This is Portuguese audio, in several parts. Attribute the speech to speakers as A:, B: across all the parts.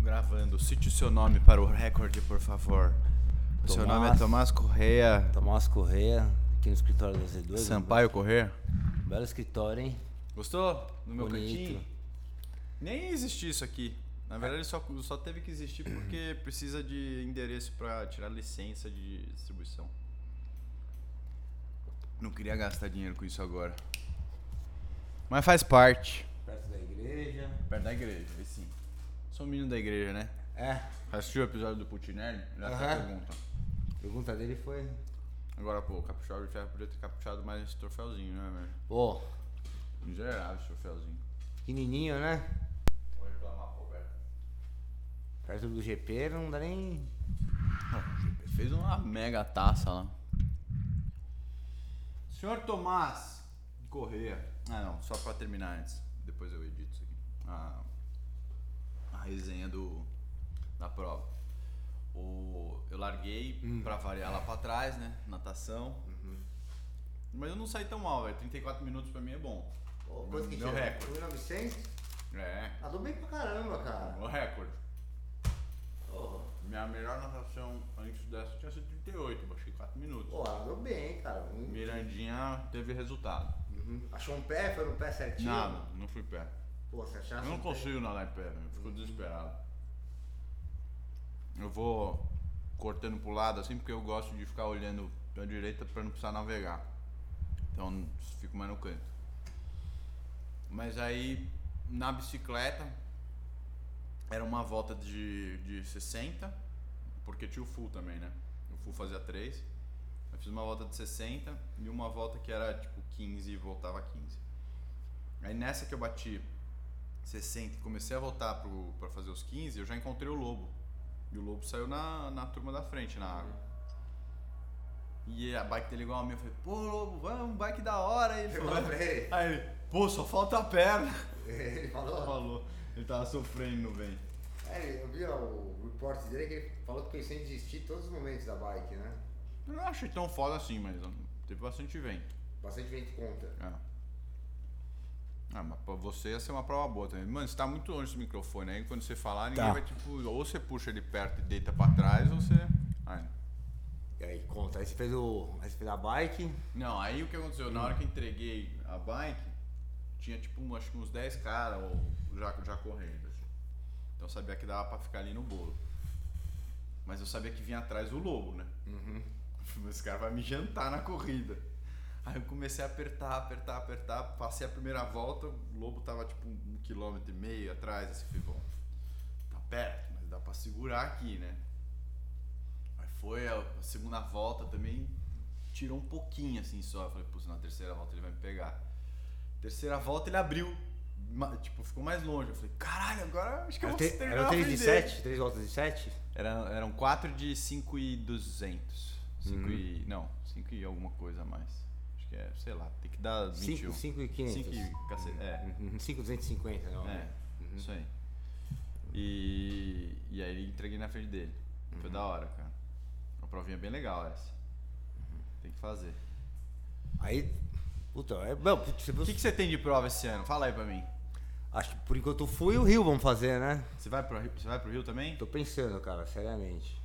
A: Gravando. Cite o seu nome para o recorde, por favor. O seu
B: Tomás.
A: nome é Tomás Correia
B: Tomás Correia, aqui no escritório da Z2.
A: Sampaio Correia.
B: Belo escritório, hein?
A: Gostou do meu
B: Bonito.
A: cantinho? Nem existia isso aqui. Na verdade, só, só teve que existir porque precisa de endereço para tirar licença de distribuição. Não queria gastar dinheiro com isso agora. Mas faz parte.
B: Perto da igreja.
A: Perto da igreja, aí sim. Sou menino da igreja, né?
B: É,
A: Assistiu o episódio do Putinelli? Já até
B: Aham.
A: pergunta.
B: a pergunta dele foi.
A: Agora, pô, o Capuchado já podia ter capuchado mais esse troféuzinho, né, velho?
B: Pô,
A: Miserável esse troféuzinho.
B: pequenininho, né?
A: Vou reclamar, pô, velho.
B: Perto do GP não dá nem.
A: Fez uma mega taça lá. Senhor Tomás Correia. Ah, não, só pra terminar antes. Depois eu edito isso aqui. A, a resenha do, da prova. O, eu larguei pra variar lá pra trás, né? Natação. Mas eu não saí tão mal, velho. 34 minutos pra mim é bom.
B: Pô,
A: quanto que Meu chegou? recorde.
B: 1900?
A: É,
B: Nadou Ah, bem pra caramba, cara.
A: o recorde. Minha melhor natação antes dessa tinha sido 38, baixei 4 minutos.
B: Pô, nadou bem, cara. Um-
A: Mirandinha teve resultado.
B: Achou um pé? Foi no pé certinho?
A: Nada, não fui pé.
B: Pô, você
A: Eu
B: achasse um
A: não consigo nadar em pé, velho. eu fico desesperado. Eu vou cortando pro lado assim, porque eu gosto de ficar olhando pra direita pra não precisar navegar. Então eu fico mais no canto. Mas aí, na bicicleta, era uma volta de, de 60, porque tinha o full também, né? O full fazia 3. Eu fiz uma volta de 60 e uma volta que era tipo 15 e voltava 15. Aí nessa que eu bati 60 e comecei a voltar pro, pra fazer os 15, eu já encontrei o lobo. E o lobo saiu na, na turma da frente, na água. E a bike dele é igual a minha, eu falei, pô, lobo, vamos, um bike da hora. Aí ele
B: Você falou pra ele?
A: aí ele, pô, só falta a perna.
B: Ele falou.
A: Falou, ele tava sofrendo, velho.
B: É, eu vi ó, o report dele que ele falou que pensou em desistir em todos os momentos da bike, né?
A: Eu não achei tão foda assim, mas ó, teve bastante vento.
B: Bastante vento contra.
A: É. Ah, mas pra você ia ser uma prova boa também. Mano, você tá muito longe do microfone, aí quando você falar, ninguém
B: Tá.
A: vai tipo. Ou você puxa ele perto e deita pra trás, ou você. Ai,
B: E aí, conta. Aí você fez o. Aí você fez a bike.
A: Não, aí o que aconteceu? Na hora que eu entreguei a bike, tinha tipo um- acho que uns 10 caras ou já, já correndo. assim. Então eu sabia que dava pra ficar ali no bolo. Mas eu sabia que vinha atrás o lobo, né? Uhum. Esse cara vai me jantar na corrida. Aí eu comecei a apertar, apertar, apertar. Passei a primeira volta, o lobo tava tipo um quilômetro e meio atrás. Assim, falei, bom, tá perto, mas dá pra segurar aqui, né? Aí foi a a segunda volta também, tirou um pouquinho assim só. Eu falei, putz, na terceira volta ele vai me pegar. Terceira volta ele abriu, ma- tipo, ficou mais longe. Eu falei, caralho, agora acho que eu
B: Era,
A: vou
B: tre-
A: terminar
B: era
A: a
B: 3 de
A: frente
B: 7? 3 voltas de 7?
A: Era, eram 4 de 5 e 200. 5
B: Uhum.
A: e. Não, 5 e alguma coisa a mais. Acho que é, sei lá, tem que dar 21.
B: 5, 5 e Uhum, 500.
A: 5 um. e. Cacete, é.
B: 5 250, não.
A: É,
B: Uhum.
A: isso aí. E, e aí entreguei na frente dele.
B: Uhum.
A: Foi da hora, cara. Uma provinha bem legal essa.
B: Uhum.
A: Tem que fazer.
B: Aí, puta, é, bom, putz, você viu-
A: O que, que você tem de prova esse ano? Fala aí pra mim.
B: acho que por enquanto fui e o Rio vamos fazer, né?
A: Você vai pro Rio, você vai pro Rio também?
B: Tô pensando, cara, seriamente.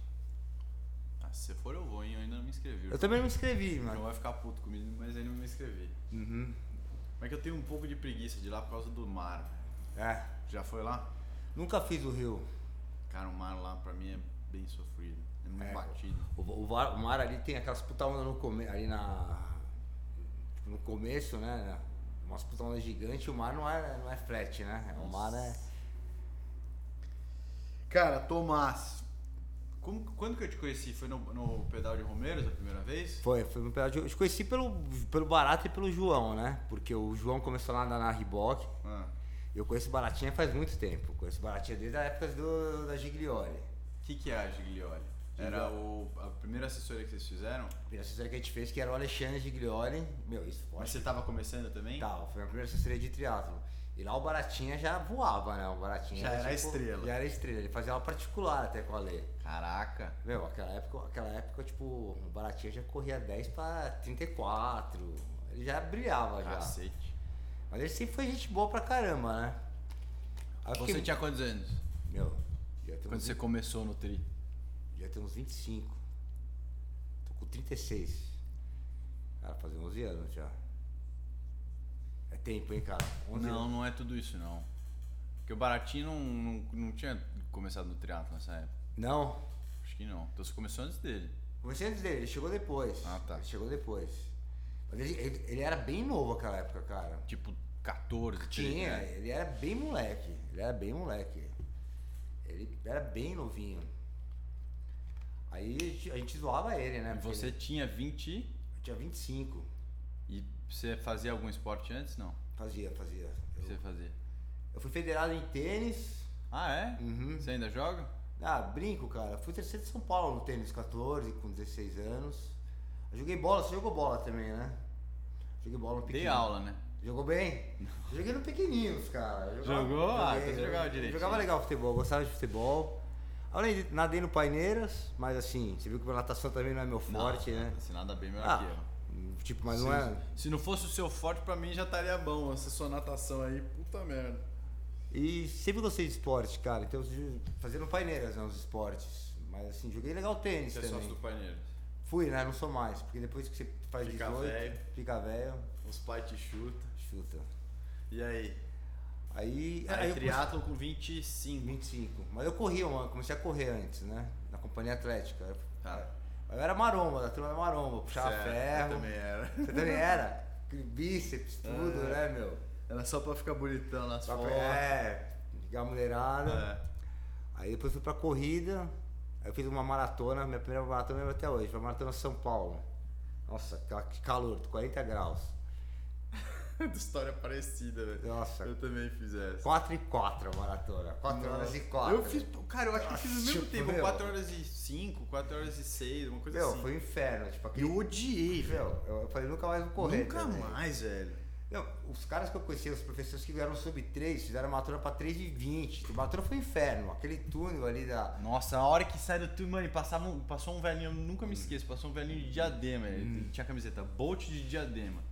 A: Ah, se você for, eu vou, hein? Eu ainda não me inscrevi.
B: Eu também não me inscrevi,
A: O João
B: mano.
A: vai ficar puto comigo, mas ainda não me inscrevi.
B: Uhum.
A: Mas que eu tenho um pouco de preguiça de ir lá por causa do mar.
B: É.
A: Já foi lá?
B: Nunca fiz o Rio.
A: Cara, o mar lá pra mim é bem sofrido. É muito
B: É.
A: batido.
B: O, o var- o mar ali tem aquelas puta onda no come, ali na. tipo, no começo, né? Umas puta onda gigante, o mar não é, não é flat, né? O mar é.
A: Cara, Tomás, como- quando que eu te conheci? Foi no, no pedal de Romeiros a primeira vez?
B: Foi, foi um pedaço de. Eu te conheci pelo, pelo Barata e pelo João, né? Porque o João começou a nadar na Riboc.
A: Ah,
B: Eu conheço Baratinha faz muito tempo. Conheço Baratinha desde a época do, da Giglioli.
A: O que, que é a Giglioli? Era o, a primeira assessoria que vocês fizeram?
B: A primeira assessoria que a gente fez, que era o Alexandre Giglioli. Meu, isso foi.
A: Mas você tava começando também?
B: Tal, foi a primeira assessoria de triatlon. E lá o Baratinha já voava, né? O Baratinha
A: Já era estrela.
B: Já era estrela. Ele fazia aula particular até com a Lê.
A: Caraca.
B: Meu, aquela época, aquela época, tipo, o Baratinha já corria 10 pra 34. Ele já brilhava Tá já.
A: Cacete.
B: Mas ele sempre foi gente boa pra caramba, né? Aí eu
A: Você
B: fiquei-
A: tinha quantos anos?
B: Meu, Devia ter,
A: Quando
B: uns,
A: você começou no tri?
B: devia ter uns 25. Tô com 36. Cara, fazer 11 anos já. É tempo, hein, cara? 11
A: Não,
B: anos.
A: não é tudo isso não. Porque o Baratinho não, não, não tinha começado no triatlo nessa época.
B: Não.
A: Acho que não. Então você começou antes dele.
B: Comecei antes dele, ele chegou depois.
A: Ah, tá.
B: Ele chegou depois. Mas ele, ele- ele era bem novo naquela época, cara.
A: Tipo, 14, 13.
B: Tinha,
A: né?
B: ele era bem moleque. Ele era bem moleque. Ele era bem novinho. Aí a gente- a gente zoava ele, né?
A: E
B: Porque
A: É, você
B: ele-
A: tinha 20
B: Eu tinha 25.
A: e você fazia algum esporte antes? Não.
B: Fazia, fazia.
A: O que
B: Eu,
A: você fazia?
B: eu fui federado em tênis.
A: Ah, é?
B: Uhum.
A: Você ainda joga?
B: Ah, brinco, cara. Fui terceiro de São Paulo no tênis, 14, com 16 anos. Eu joguei bola, você jogou bola também, né? Joguei bola no
A: Dei
B: pequeno.
A: aula, né?
B: Jogou bem? Joguei no pequenininhos, cara.
A: Jogou? Ah,
B: joguei,
A: então você jogava direitinho.
B: Jogava legal futebol, gostava de futebol. Além de nadei no Paineiras, mas assim, você viu que a natação também não é meu forte, né?
A: Se nada bem melhor
B: Ah,
A: que eu.
B: tipo, mas
A: se,
B: não é.
A: se não fosse o seu forte, pra mim já estaria bom. Essa sua natação aí, puta merda.
B: E sempre gostei de esporte, cara. Então, ju- fazendo Paineiras, né? Os esportes. Mas assim, joguei legal tênis
A: Você é
B: também.
A: sócio do Paineiras.
B: Fui, né? Não sou mais, porque depois que você faz
A: Fica
B: 18,
A: velho.
B: fica velho,
A: Os pais te chutam.
B: chuta.
A: E aí?
B: Aí,
A: Aí, é
B: eu comecei-
A: triatlo com 25.
B: 25. Mas eu corria, mano. Comecei a correr antes, né? Na companhia atlética. Eu- "Ah,
A: Tá.
B: Eu era maromba, da turma era maromba. Eu Puxava
A: Certo,
B: ferro.
A: Eu também era.
B: Você também era? Aquele Bíceps,
A: É.
B: tudo, né, meu?
A: Era só pra ficar bonitão nas
B: Só
A: fotos.
B: pra- É, ligar a mulherada.
A: É.
B: Aí depois fui pra corrida. Aí eu fiz uma maratona, minha primeira maratona eu lembro até hoje, foi a maratona São Paulo. Nossa, aquela- que calor, 40 graus.
A: História parecida, velho.
B: Nossa.
A: Eu também fiz essa.
B: 4 e 4 a maratona. 4 horas
A: Nossa.
B: e 4.
A: Eu fiz, cara, eu acho que eu fiz o mesmo
B: Nossa,
A: tempo,
B: meu.
A: 4 horas e 5, 4 horas e 6, uma coisa
B: Meu,
A: assim.
B: foi um inferno. Tipo, aquele.
A: Eu odiei, velho.
B: Meu, eu eu falei, nunca mais vou correr.
A: Nunca
B: também.
A: mais, velho.
B: Não, os caras que eu conheci, os professores que vieram sub 3, fizeram a maratona pra 3 de 20. A maratona foi um inferno. Aquele túnel ali da.
A: Nossa, a hora que sai do túnel, mano, e passava um- passou um velhinho, eu nunca
B: Hum.
A: me esqueço, passou um velhinho de diadema, ele tinha a camiseta Bolt de diadema.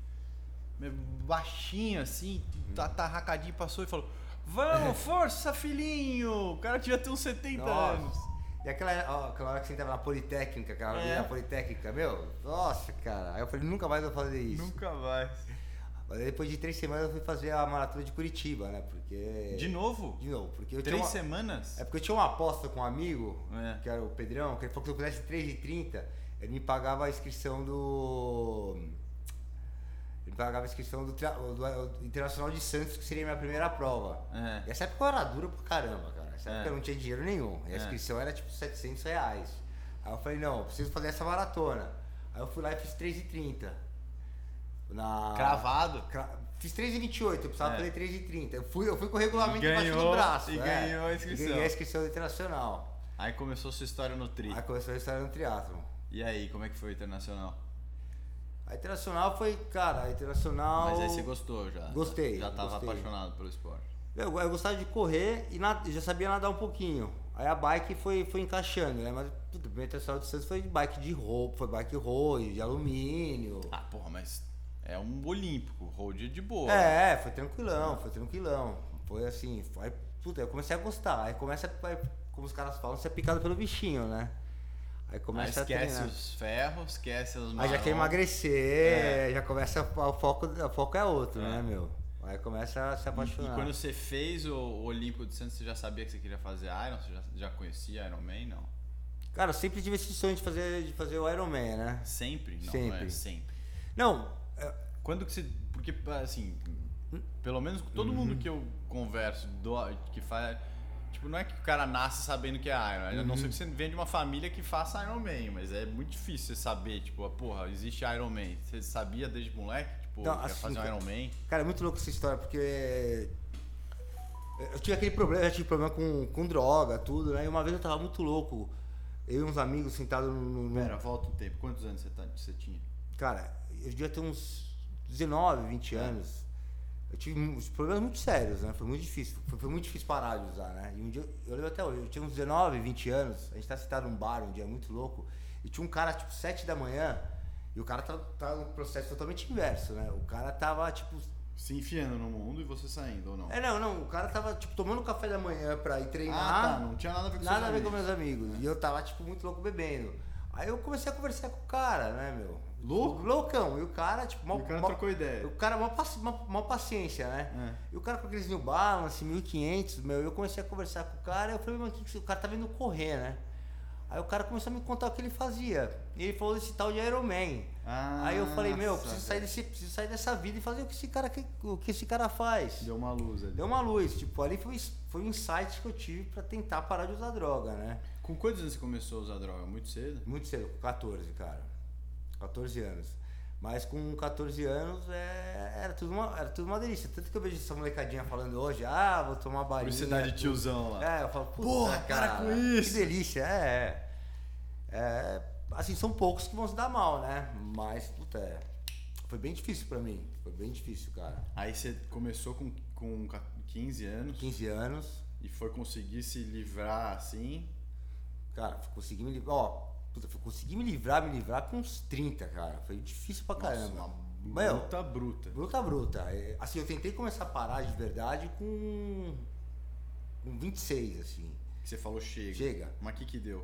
A: Meu, Baixinho assim,
B: Hum.
A: tá- tarracadinho, passou e falou: Vamos, força, filhinho! O cara tinha até uns 70
B: Nossa.
A: anos.
B: E aquela, ó, aquela hora que você entrava na Politécnica, cara,
A: É.
B: na Politécnica, meu, nossa, cara. Aí eu falei, nunca mais vou fazer isso.
A: Nunca mais.
B: Mas aí depois de três semanas eu fui fazer a maratona de Curitiba, né? Porque.
A: De novo?
B: De novo, porque eu
A: Três
B: tinha. Uma...
A: semanas?
B: É porque eu tinha uma aposta com um amigo,
A: É.
B: que era o Pedrão, que ele falou que se eu fizesse 3 de 30, ele me pagava a inscrição do. Ele me pagava a inscrição do, tra- do- do Internacional de Santos, que seria a minha primeira prova.
A: É.
B: E essa época eu era duro pra caramba, cara. Essa
A: É.
B: época eu não tinha dinheiro nenhum. E a
A: É.
B: inscrição era tipo 700 reais. Aí eu falei, não, eu preciso fazer essa maratona. Aí eu fui lá e fiz 3 e 30. Na...
A: Cravado.
B: Cra- Fiz 3,28, eu precisava
A: É.
B: fazer 3,30. Eu fui, eu fui com o regulamento
A: E
B: embaixo do
A: ganhou-
B: braço.
A: e
B: é.
A: ganhou a
B: E
A: inscrição.
B: ganhei a inscrição do internacional.
A: Aí começou sua história no tri.
B: Aí começou a história no triatlon.
A: E aí, como é que foi o internacional?
B: A internacional foi, cara, a internacional.
A: Mas aí você gostou já?
B: Gostei,
A: Já tava
B: gostei.
A: apaixonado pelo esporte.
B: eu, eu gostava de correr e na- já sabia nadar um pouquinho. Aí a bike foi, foi encaixando, né? Mas tudo bem, a internacional de Santos foi de bike de roupa, foi bike rolho, de alumínio.
A: Ah, porra, mas é um olímpico, road é de boa.
B: É, foi tranquilão, foi tranquilão. Foi assim, foi. Puta, eu comecei a gostar. Aí começa, a- aí, como os caras falam, você é picado pelo bichinho, né? Aí
A: Mas
B: começa a
A: esquece
B: treinar.
A: os ferros, esquece as
B: Aí já
A: marombas.
B: quer emagrecer, já começa. a- O foco, o foco é outro,
A: É.
B: né, meu? Aí começa a se apaixonar.
A: E quando você fez o Olímpico de Santos, você já sabia que você queria fazer Iron? Você já, já conhecia Iron Man? Não.
B: Cara, eu sempre tive esse sonho de fazer, de fazer o Iron Man, né?
A: Sempre? Não,
B: Sempre.
A: é sempre.
B: Não, é,
A: Quando que você. Porque, assim, pelo menos com todo
B: Uhum.
A: mundo que eu converso, do, que faz. Tipo, não é que o cara nasce sabendo que é Iron. A não ser
B: Uhum.
A: que você venha de uma família que faça Iron Man, mas é muito difícil você saber, tipo, ah, porra, existe Iron Man. Você sabia desde moleque? Tipo,
B: Não,
A: quer
B: assim,
A: fazer um
B: cara,
A: Iron Man?
B: Cara, é muito louco essa história, porque eu tive aquele problema, eu já tive problema com, com droga, tudo, né? E uma vez eu tava muito louco, eu e uns amigos sentados no. no- no-
A: Pera, volta um tempo. Quantos anos você, tá- você tinha?
B: Cara, eu devia ter uns 19, 20 anos. Eu tive uns problemas muito sérios, né? Foi muito difícil. Foi, foi muito difícil parar de usar, né? E um dia, eu lembro até hoje, eu tinha uns 19, 20 anos, a gente tá sentado num bar um dia muito louco, e tinha um cara, tipo, 7 da manhã, e o cara tá, tá no processo totalmente inverso, né? O cara tava, tipo,
A: se enfiando no mundo e você saindo ou não?
B: É, não, não. O cara tava, tipo, tomando café da manhã pra ir treinar.
A: ah, tá. Não tinha nada a ver com
B: Nada a
A: seus
B: ver com
A: amigos.
B: meus amigos. E eu tava, tipo, muito louco bebendo. Aí eu comecei a conversar com o cara, né, meu?
A: Louco?
B: Loucão. E o cara, tipo, mó,
A: E o cara
B: mó-
A: trocou ideia.
B: O cara, mó, paci- mó- mó paciência, né? E o cara com aqueles New Balance, 1500, meu. Eu comecei a conversar com o cara. Eu falei, mas o que que você-" o cara tá vindo correr, né? Aí o cara começou a me contar o que ele fazia. E ele falou desse tal de Iron Man.
A: Ah,
B: Aí eu falei, meu, eu
A: saca.
B: preciso sair, desse, preciso sair dessa vida e fazer o que esse cara, que- o que esse cara faz.
A: Deu uma luz ali.
B: Deu uma luz, tipo, ali foi, foi um insight que eu tive pra tentar parar de usar droga, né?
A: Com quantos anos você começou a usar droga? Muito cedo?
B: É Muito cedo, com 14, cara. 14 anos. Mas com 14 anos é, era, tudo uma, era tudo uma delícia. Tanto que eu vejo essa molecadinha falando hoje, ah, vou tomar balinha.
A: Publicidade tá de tiozão lá.
B: É, eu falo, puta,
A: Porra, para
B: cara,
A: com isso.
B: Que delícia, é, é. É, Assim, são poucos que vão se dar mal, né? Mas, puta, é, foi bem difícil pra mim. Foi bem difícil, cara.
A: Aí você começou com, com ca- 15 anos
B: 15 anos,
A: e foi conseguir se livrar assim.
B: Cara, consegui me livrar. Ó, puta, consegui me livrar, me livrar com uns 30, cara. Foi difícil pra caramba.
A: Nossa, uma
B: Meu,
A: luta bruta.
B: bruta, bruta. É, Assim, eu tentei começar a parar de verdade com. com 26, assim.
A: Que você falou chega.
B: Chega.
A: Mas o que que deu?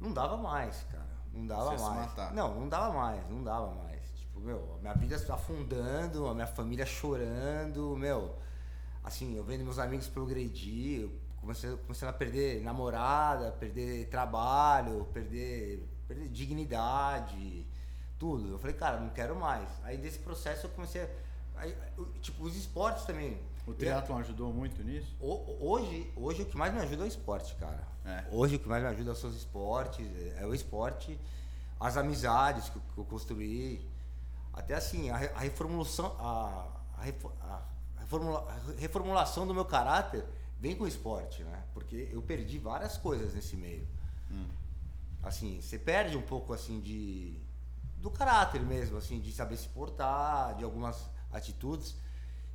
B: Não dava mais, cara. Não dava
A: Você ia se
B: mais.
A: matar.
B: Não, não dava mais, não dava mais. Tipo, meu, a minha vida afundando, a minha família chorando, meu. Assim, eu vendo meus amigos progredir, eu comecei, começando a perder namorada, perder trabalho, perder, perder dignidade, tudo. Eu falei, cara, não quero mais. Aí desse processo eu comecei. a- aí, eu- tipo, os esportes também.
A: O
B: Eu-
A: triatlon ajudou muito nisso?
B: Ho- Hoje, hoje o que mais me ajuda é o esporte, cara.
A: É.
B: Hoje o que mais me ajuda são os esportes, é o esporte, as amizades que eu, que eu construí. Até assim, a, re- a reformulação, a, a refo- a reformula- a reformulação do meu caráter vem com o esporte, né? Porque eu perdi várias coisas nesse meio. Assim, você perde um pouco assim de do caráter mesmo, assim, de saber se portar, de algumas atitudes.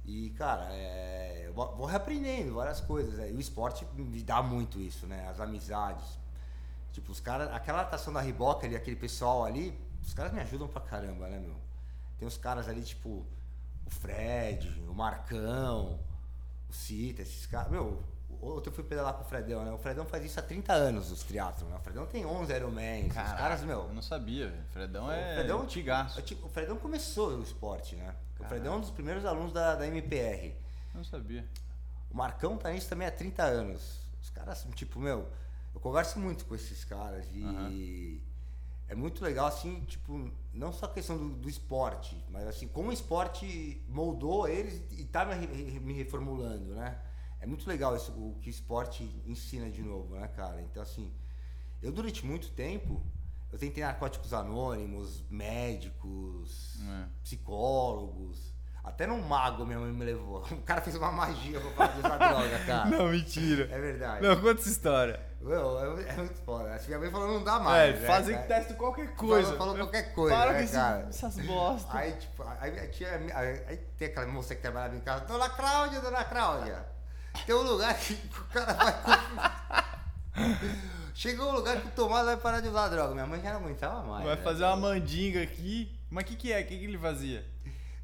B: E, cara, é, eu vou vou reaprendendo várias coisas. né? E o esporte me dá muito isso, né? As amizades. Tipo, os caras, aquela natação da Riboca ali, aquele pessoal ali, os caras me ajudam pra caramba, né, meu? Tem os caras ali, tipo, o Fred, o Marcão, o Cita, esses caras. Meu, ontem eu fui pedalar com o Fredão, né? O Fredão faz isso há 30 anos, os triatlon, né? O Fredão tem 11 Ironmans, os caras, meu.
A: Eu não sabia, velho. Fredão
B: O
A: é
B: Fredão,
A: um tigaço.
B: é tipo, o Fredão começou o esporte, né? O
A: Caralho.
B: Fredão é um dos primeiros alunos da, da MPR.
A: Eu não sabia.
B: O Marcão tá nisso também há 30 anos. Os caras, tipo, meu, eu converso muito com esses caras e é muito legal, assim, tipo, não só a questão do, do esporte, mas assim, como o esporte moldou eles e tá me, re- me reformulando, né? É muito legal isso, o que o esporte ensina de novo, né, cara? Então, assim, eu durante muito tempo, eu tentei narcóticos anônimos, médicos,
A: É.
B: psicólogos. Até num mago minha mãe me levou. O cara fez uma magia pra parar de usar droga, cara.
A: mentira.
B: É verdade.
A: conta essa história.
B: Meu, é, é muito foda. Acho que minha mãe falou, não dá mais. né, cara?
A: É, qualquer
B: Falou- falou qualquer coisa, né,
A: esse-
B: cara?
A: essas bostas.
B: Aí, tipo, aí, aí tinha- aí- aí tem aquela moça que trabalhava em casa, Dona Cláudia, Dona Cláudia, tem um lugar que o cara vai... Chegou um lugar que o Tomás vai parar de usar droga. Minha mãe já não aguentava mais.
A: Vai
B: né?
A: fazer uma mandinga aqui. Mas o que, que é? O que, que ele fazia?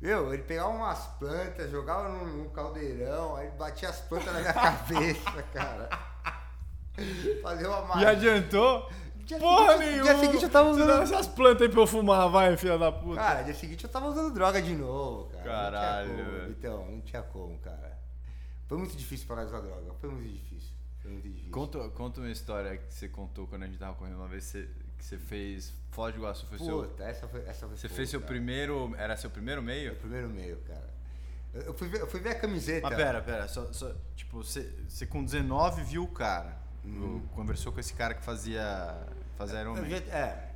B: Meu, ele pegava umas plantas, jogava num, num caldeirão, aí ele batia as plantas na minha cabeça, cara. Fazia uma
C: E
B: magia.
C: adiantou?
B: Dia
C: Porra
B: seguinte-
C: nenhuma!
B: dia seguinte eu tava
C: Você
B: usando-
C: dava essas plantas aí pra eu fumar, vai, filha da puta.
B: Cara, dia seguinte eu tava usando droga de novo, cara.
A: Caralho,
B: Não tinha como,
A: velho.
B: Então, não tinha como, cara. Foi muito difícil parar de usar droga. Foi muito difícil. Foi muito difícil.
A: Conta, conta uma história que você contou quando a gente tava correndo uma vez que você, que você fez. Foz do Iguaçu foi seu.
B: Puta, essa foi. Essa foi
A: Você
B: foda,
A: fez seu
B: cara.
A: primeiro. Era seu primeiro meio?
B: Meu primeiro meio, cara. Eu eu fui ver, eu fui ver a camiseta.
A: Mas pera, pera, só, só, tipo, você, você com 19 viu o cara, Uhum. conversou com esse cara que fazia, fazia Iron
B: Eu
A: Man.
B: já- é.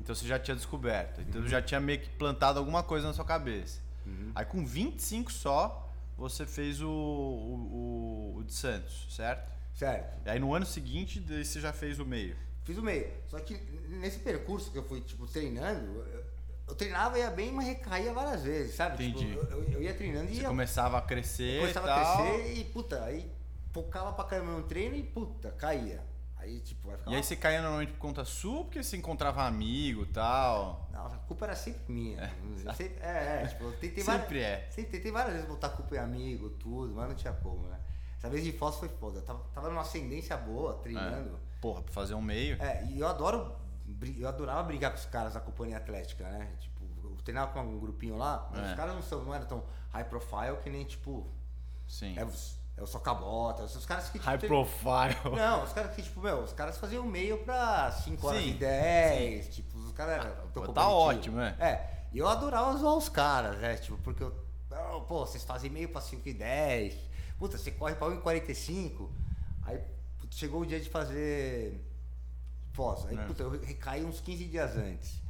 A: Então você já tinha descoberto, então já tinha meio que plantado alguma coisa na sua cabeça.
C: Uhum.
A: Aí com 25 só, você fez o, o, o- o de Santos, certo?
B: Certo.
A: E aí no ano seguinte daí você já fez o meio.
B: Fiz o meio. Só que nesse percurso que eu fui, tipo, treinando, eu, eu treinava, ia bem, mas recaía várias vezes, sabe?
A: Entendi.
B: Tipo, eu, eu- eu ia treinando e
A: Você
B: ia,
A: começava a crescer e
B: começava
A: tal.
B: a crescer e, puta, aí focava pra caramba no treino e, puta, caía. Aí, tipo, vai ficar.
A: E aí
B: uma-
A: você caía normalmente por conta sua ou porque você encontrava amigo e tal?
B: Não, a culpa era sempre minha. Eu sempre- É, é, tipo, eu tentei
A: Sempre
B: várias,
A: é.
B: Sempre tentei várias vezes botar a culpa em amigo, tudo, mas não tinha como, né? Essa vez de Foz foi foda. Eu tava, tava numa ascendência boa, treinando.
A: Porra, pra fazer um meio.
B: É, e eu adoro. bri- Eu adorava brigar com os caras da companhia atlética, né? Tipo, eu treinava com um grupinho lá, mas
A: É.
B: os caras não, são, não eram tão high profile que nem, tipo,
A: Sim.
B: é os, é os socabota, os caras que. Tipo,
C: High
B: tem-
C: profile.
B: Não, os caras que, tipo, meu, os caras faziam meio pra 5 horas
A: Sim,
B: e 10, tipo, os caras... eram tão
A: tá
B: competitivos.
A: ótimo, é.
B: É, e eu adorava zoar os caras, né, tipo, porque eu... "Não, Pô, vocês fazem meio pra 5 e 10, puta, você corre pra 1 e 45, aí puta, chegou o dia de fazer pós, aí,
A: É.
B: puta, eu recaí uns 15 dias antes.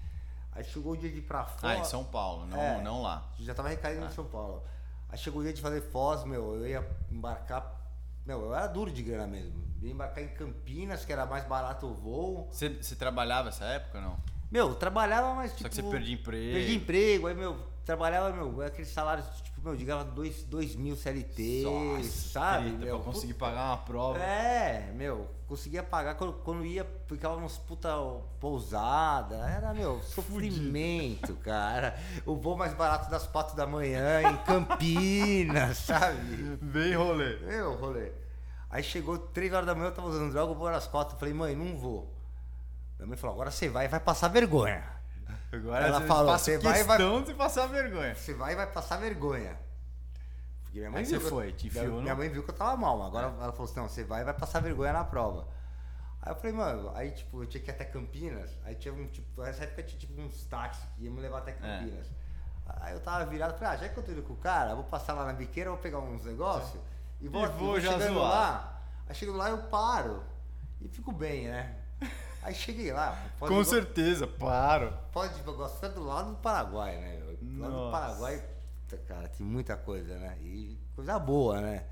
B: Aí chegou o dia de ir pra fora...
A: Ah, em São Paulo, não,
B: É.
A: não lá.
B: Já tava recaindo
A: Ah.
B: em São Paulo. Aí chegou o dia de fazer Foz, meu, eu ia embarcar. Meu, eu era duro de grana mesmo. Ia embarcar em Campinas, que era mais barato o voo.
A: Você, você trabalhava essa época ou não?
B: Meu, eu trabalhava, mas tipo.
A: Só que você perdia emprego.
B: Perdi emprego, aí, meu, trabalhava, meu, aqueles salários, tipo, meu, eu digava 2 mil CLT,
A: Nossa,
B: sabe?
A: treta,
B: meu,
A: pra conseguir pagar uma prova.
B: É, meu, conseguia pagar quando, quando ia, ficava umas puta pousada, era, meu, sofrimento, cara. O voo mais barato das quatro da manhã em Campinas, sabe?
A: Bem rolê.
B: Meu rolê. Aí chegou três horas da manhã, eu tava usando droga, eu vou às quatro. Eu falei, mãe, não vou. Minha mãe falou, agora você vai e vai passar vergonha.
A: Agora
B: Ela
A: você
B: falou,
A: passa
B: "Você vai,
A: questão
B: vai-
A: de passar vergonha.
B: Você vai e vai passar vergonha. Porque minha
A: É. Aí você
B: viu que eu-
A: foi, te
B: minha-
A: enfiou no- É.
B: Minha mãe viu que eu tava mal. Agora ela falou assim: não, você vai e vai passar vergonha na prova. Aí eu falei, mano, aí tipo, eu tinha que ir até Campinas. Aí tinha um tipo, nessa época tinha tipo uns táxis que iam me levar
A: É.
B: até Campinas. Aí eu tava virado, falei, ah, já que eu tô indo com o cara, eu vou passar lá na biqueira, vou pegar uns negócios e vou,
A: É. E vou já
B: chegando
A: zoar.
B: lá. Aí chego lá, eu paro e fico bem, né? Aí cheguei lá. pode-
C: Com certeza, paro.
B: Pode gostar do lado do Paraguai, né? Do lado do
C: Nossa.
B: Paraguai, puta, cara, tem muita coisa, né? E coisa boa, né?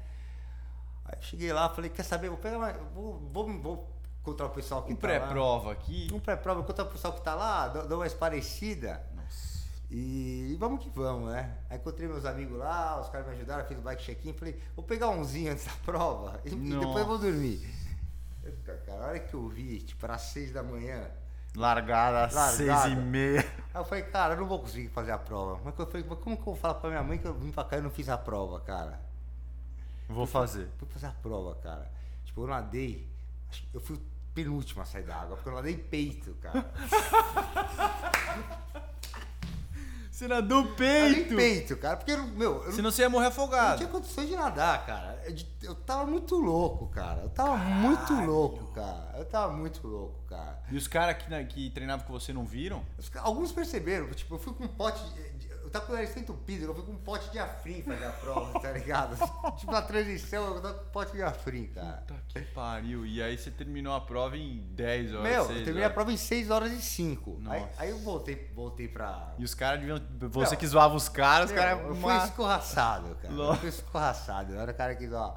B: Aí eu cheguei lá, falei, quer saber, vou pegar uma, vou, vou, vou encontrar o pessoal que
A: Um
B: tá lá.
A: pré-prova aqui.
B: Um pré-prova, encontrar o pessoal que tá lá, dou dou umas parecidas.
A: Nossa.
B: E, e vamos que vamos, né? Aí encontrei meus amigos lá, os caras me ajudaram, fiz o bike check-in, falei, vou pegar umzinho antes da prova e, e
A: Nossa.
B: depois vou dormir. Puta, Cara, a hora que eu vi, tipo, era seis da manhã,
A: Largada às
B: Largada.
A: seis e meia.
B: Aí eu falei, cara, eu não vou conseguir fazer a prova. Mas eu falei, mas como que eu vou falar pra minha mãe que eu vim pra cá e não fiz a prova, cara?
A: Vou fazer.
B: Fui fazer a prova, cara. Tipo, eu nadei. acho que Eu fui o penúltimo a sair da água, porque eu nadei peito, cara.
A: Você nadou
B: Nadei
A: peito.
B: peito, cara. Porque, eu não- meu, eu não,
A: Senão você ia morrer
B: eu não
A: afogado.
B: tinha condições de nadar, cara. Eu, de- eu tava muito louco, cara. Eu tava muito louco, cara. Eu tava muito louco, cara.
A: E os caras que, na- que treinavam com você não viram?
B: Os ca- Alguns perceberam, tipo, eu fui com um pote. de- de- eu tava com o nariz tão entupido, eu fui com um pote de afrim fazer a prova, tá ligado? tipo, na transição, eu tava com um pote de afrim, cara.
A: Puta que pariu. E aí você terminou a prova em 10 horas.
B: É. Meu, eu
A: seis
B: terminei a
A: horas.
B: prova em 6 horas e 5. Aí,
A: Nossa.
B: aí eu voltei, voltei pra.
A: E os caras deviam. Você
B: Não.
A: que zoava os caras,
B: Meu,
A: os caras.
B: eu fui
A: ma-
B: escorraçado, cara. Eu
A: Nossa.
B: fui escorraçado. Eu era o cara que, ó.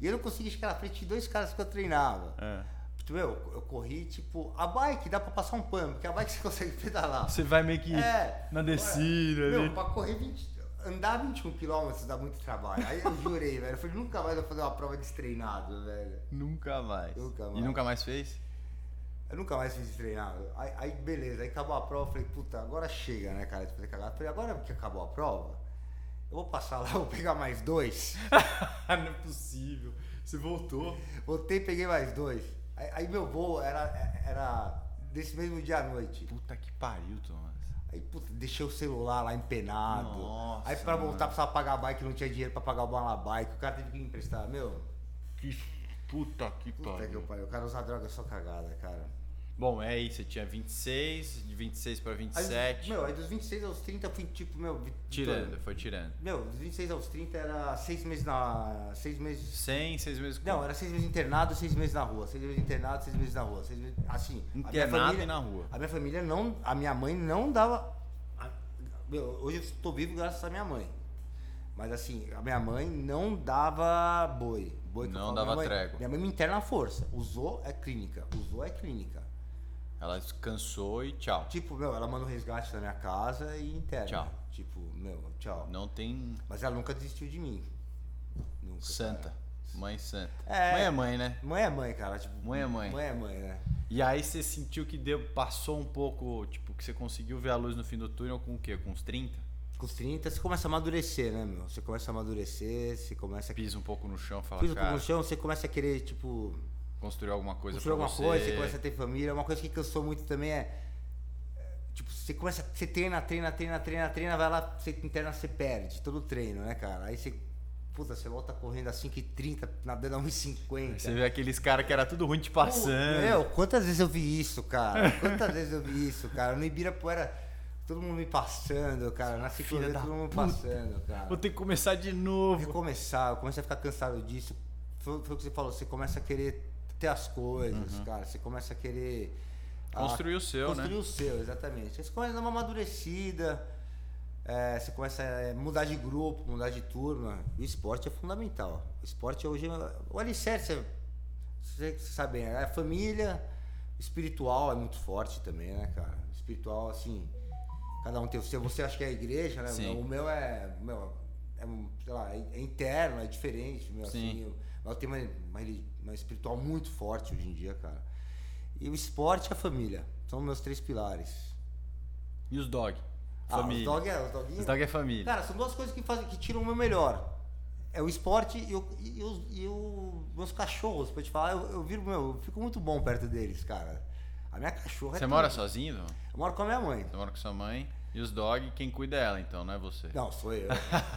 B: E eu não consegui chegar na frente de dois caras que eu treinava.
A: É.
B: Meu, eu corri, tipo, a bike dá pra passar um pano, porque a bike você consegue pedalar.
A: Você vai meio que
B: É.
A: na descida. ali.
B: Meu, pra correr 20. Andar 21 km dá muito trabalho. Aí eu jurei, velho. Eu falei, nunca mais eu vou fazer uma prova destreinado, velho.
A: Nunca mais.
B: Nunca
A: E
B: mais.
A: nunca mais fez?
B: Eu nunca mais fiz destreinado. Aí, aí, beleza, aí acabou a prova, eu falei, puta, agora chega, né, cara? de fazer cagada. Eu Falei, agora que acabou a prova, eu vou passar lá, vou pegar mais dois.
A: não é possível. Você voltou.
B: Voltei e peguei mais dois. Aí, aí meu voo era, era desse mesmo dia à noite.
A: Puta que pariu, Thomas.
B: Aí, puta, deixei o celular lá empenado.
A: Nossa,
B: aí pra voltar
A: mano.
B: precisava pagar a bike, não tinha dinheiro pra pagar o bala bike. O cara teve que me emprestar, meu.
A: Que puta que
B: Puta que pariu, o cara usa droga é só cagada, cara.
A: Bom, é isso. Você tinha 26, de 26 pra
B: Aí,
A: 27.
B: Meu, então- aí dos 26 aos 30 eu fui tipo, meu. vi-
A: tirando, foi tirando.
B: Meu, dos 26 aos 30 era seis meses na. seis meses.
A: 100, 6 meses com.
B: Não, era seis meses internado, seis meses na rua. Seis meses internado, seis meses na rua. Seis meses, assim. a minha
A: Internado
B: família-
A: e na rua.
B: A minha família não. A minha mãe não dava. a- meu, hoje eu estou vivo graças à minha mãe. Mas assim, a minha mãe não dava boi. boi que eu
A: Não
B: falo,
A: dava
B: minha mãe-
A: trégua.
B: Minha mãe me interna à força. Usou é clínica. Usou é clínica.
A: Ela cansou e tchau.
B: Tipo, meu, ela manda um resgate na minha casa e interna.
A: Tchau.
B: Tipo, meu, tchau.
A: Não tem
B: Mas ela nunca desistiu de mim. Nunca.
A: santa.
B: cara. Deus.
A: Mãe santa.
B: É.
A: Mãe é mãe, né?
B: Mãe é mãe, cara. Tipo,
A: Mãe é mãe.
B: Mãe é mãe, né?
A: E aí você sentiu que deu, passou um pouco, tipo, que você conseguiu ver a luz no fim do túnel com o quê? Com uns 30?
B: Com os 30, você começa a amadurecer, né, meu? Você começa a amadurecer, você começa a.
A: Pisa um pouco no chão, fala,
B: Pisa um pouco
A: cara,
B: no chão, você começa a querer, tipo,
A: construir alguma coisa
B: construir
A: pra
B: alguma
A: você.
B: coisa, você começa a ter família. Uma coisa que cansou muito também é. é, Tipo, você começa. Você treina, treina, treina, treina, treina, vai lá, você interna, você perde todo o treino, né, cara? Aí você. Puta, você volta correndo a 5h30, nadando a 1h50.
A: Você vê aqueles caras que era tudo ruim te
B: Pô,
A: passando.
B: Meu, quantas vezes eu vi isso, cara? Quantas vezes eu vi isso, cara? No Ibirapuera, todo mundo me passando, cara. Na ciclovia,
A: da
B: todo mundo
A: puta.
B: passando, cara.
A: Vou ter que começar de novo.
B: Recomeçar, eu comecei a ficar cansado disso. Foi, foi o que você falou, você começa a querer ter as coisas, cara. Você começa a querer... ah,
A: Uhum. Construir o seu,
B: construir
A: né?
B: o seu, exatamente. Você começa a dar uma amadurecida, é, você começa a mudar de grupo, mudar de turma. O esporte é fundamental. O esporte hoje é o alicerce, é- você sabe, é a família, o espiritual é muito forte também, né, cara? O espiritual, assim, cada um tem o seu. Você acha que é a igreja, né?
A: Sim.
B: O meu é, meu, é, um, sei lá, é é interno, é diferente, meu,
A: Sim.
B: assim, eu, mas eu tenho uma, uma, reli- uma espiritual muito forte hoje em dia, cara. E o esporte e a família. São meus três pilares.
A: E os dog?
B: Ah, os
A: Família.
B: dog é, os doguinhos-
A: Os dog é família.
B: Cara, são duas coisas que fazem que tiram o meu melhor. É o esporte e, o, e, os, e o- meus cachorros, pra te falar, eu, eu viro, meu, eu fico muito bom perto deles, cara. A minha cachorra
A: Você
B: é
A: mora
B: tudo.
A: sozinho, Dom?
B: Eu moro com a minha mãe.
A: Você mora com sua mãe. E os dog, quem cuida é ela, então, não é você.
B: Não, sou eu.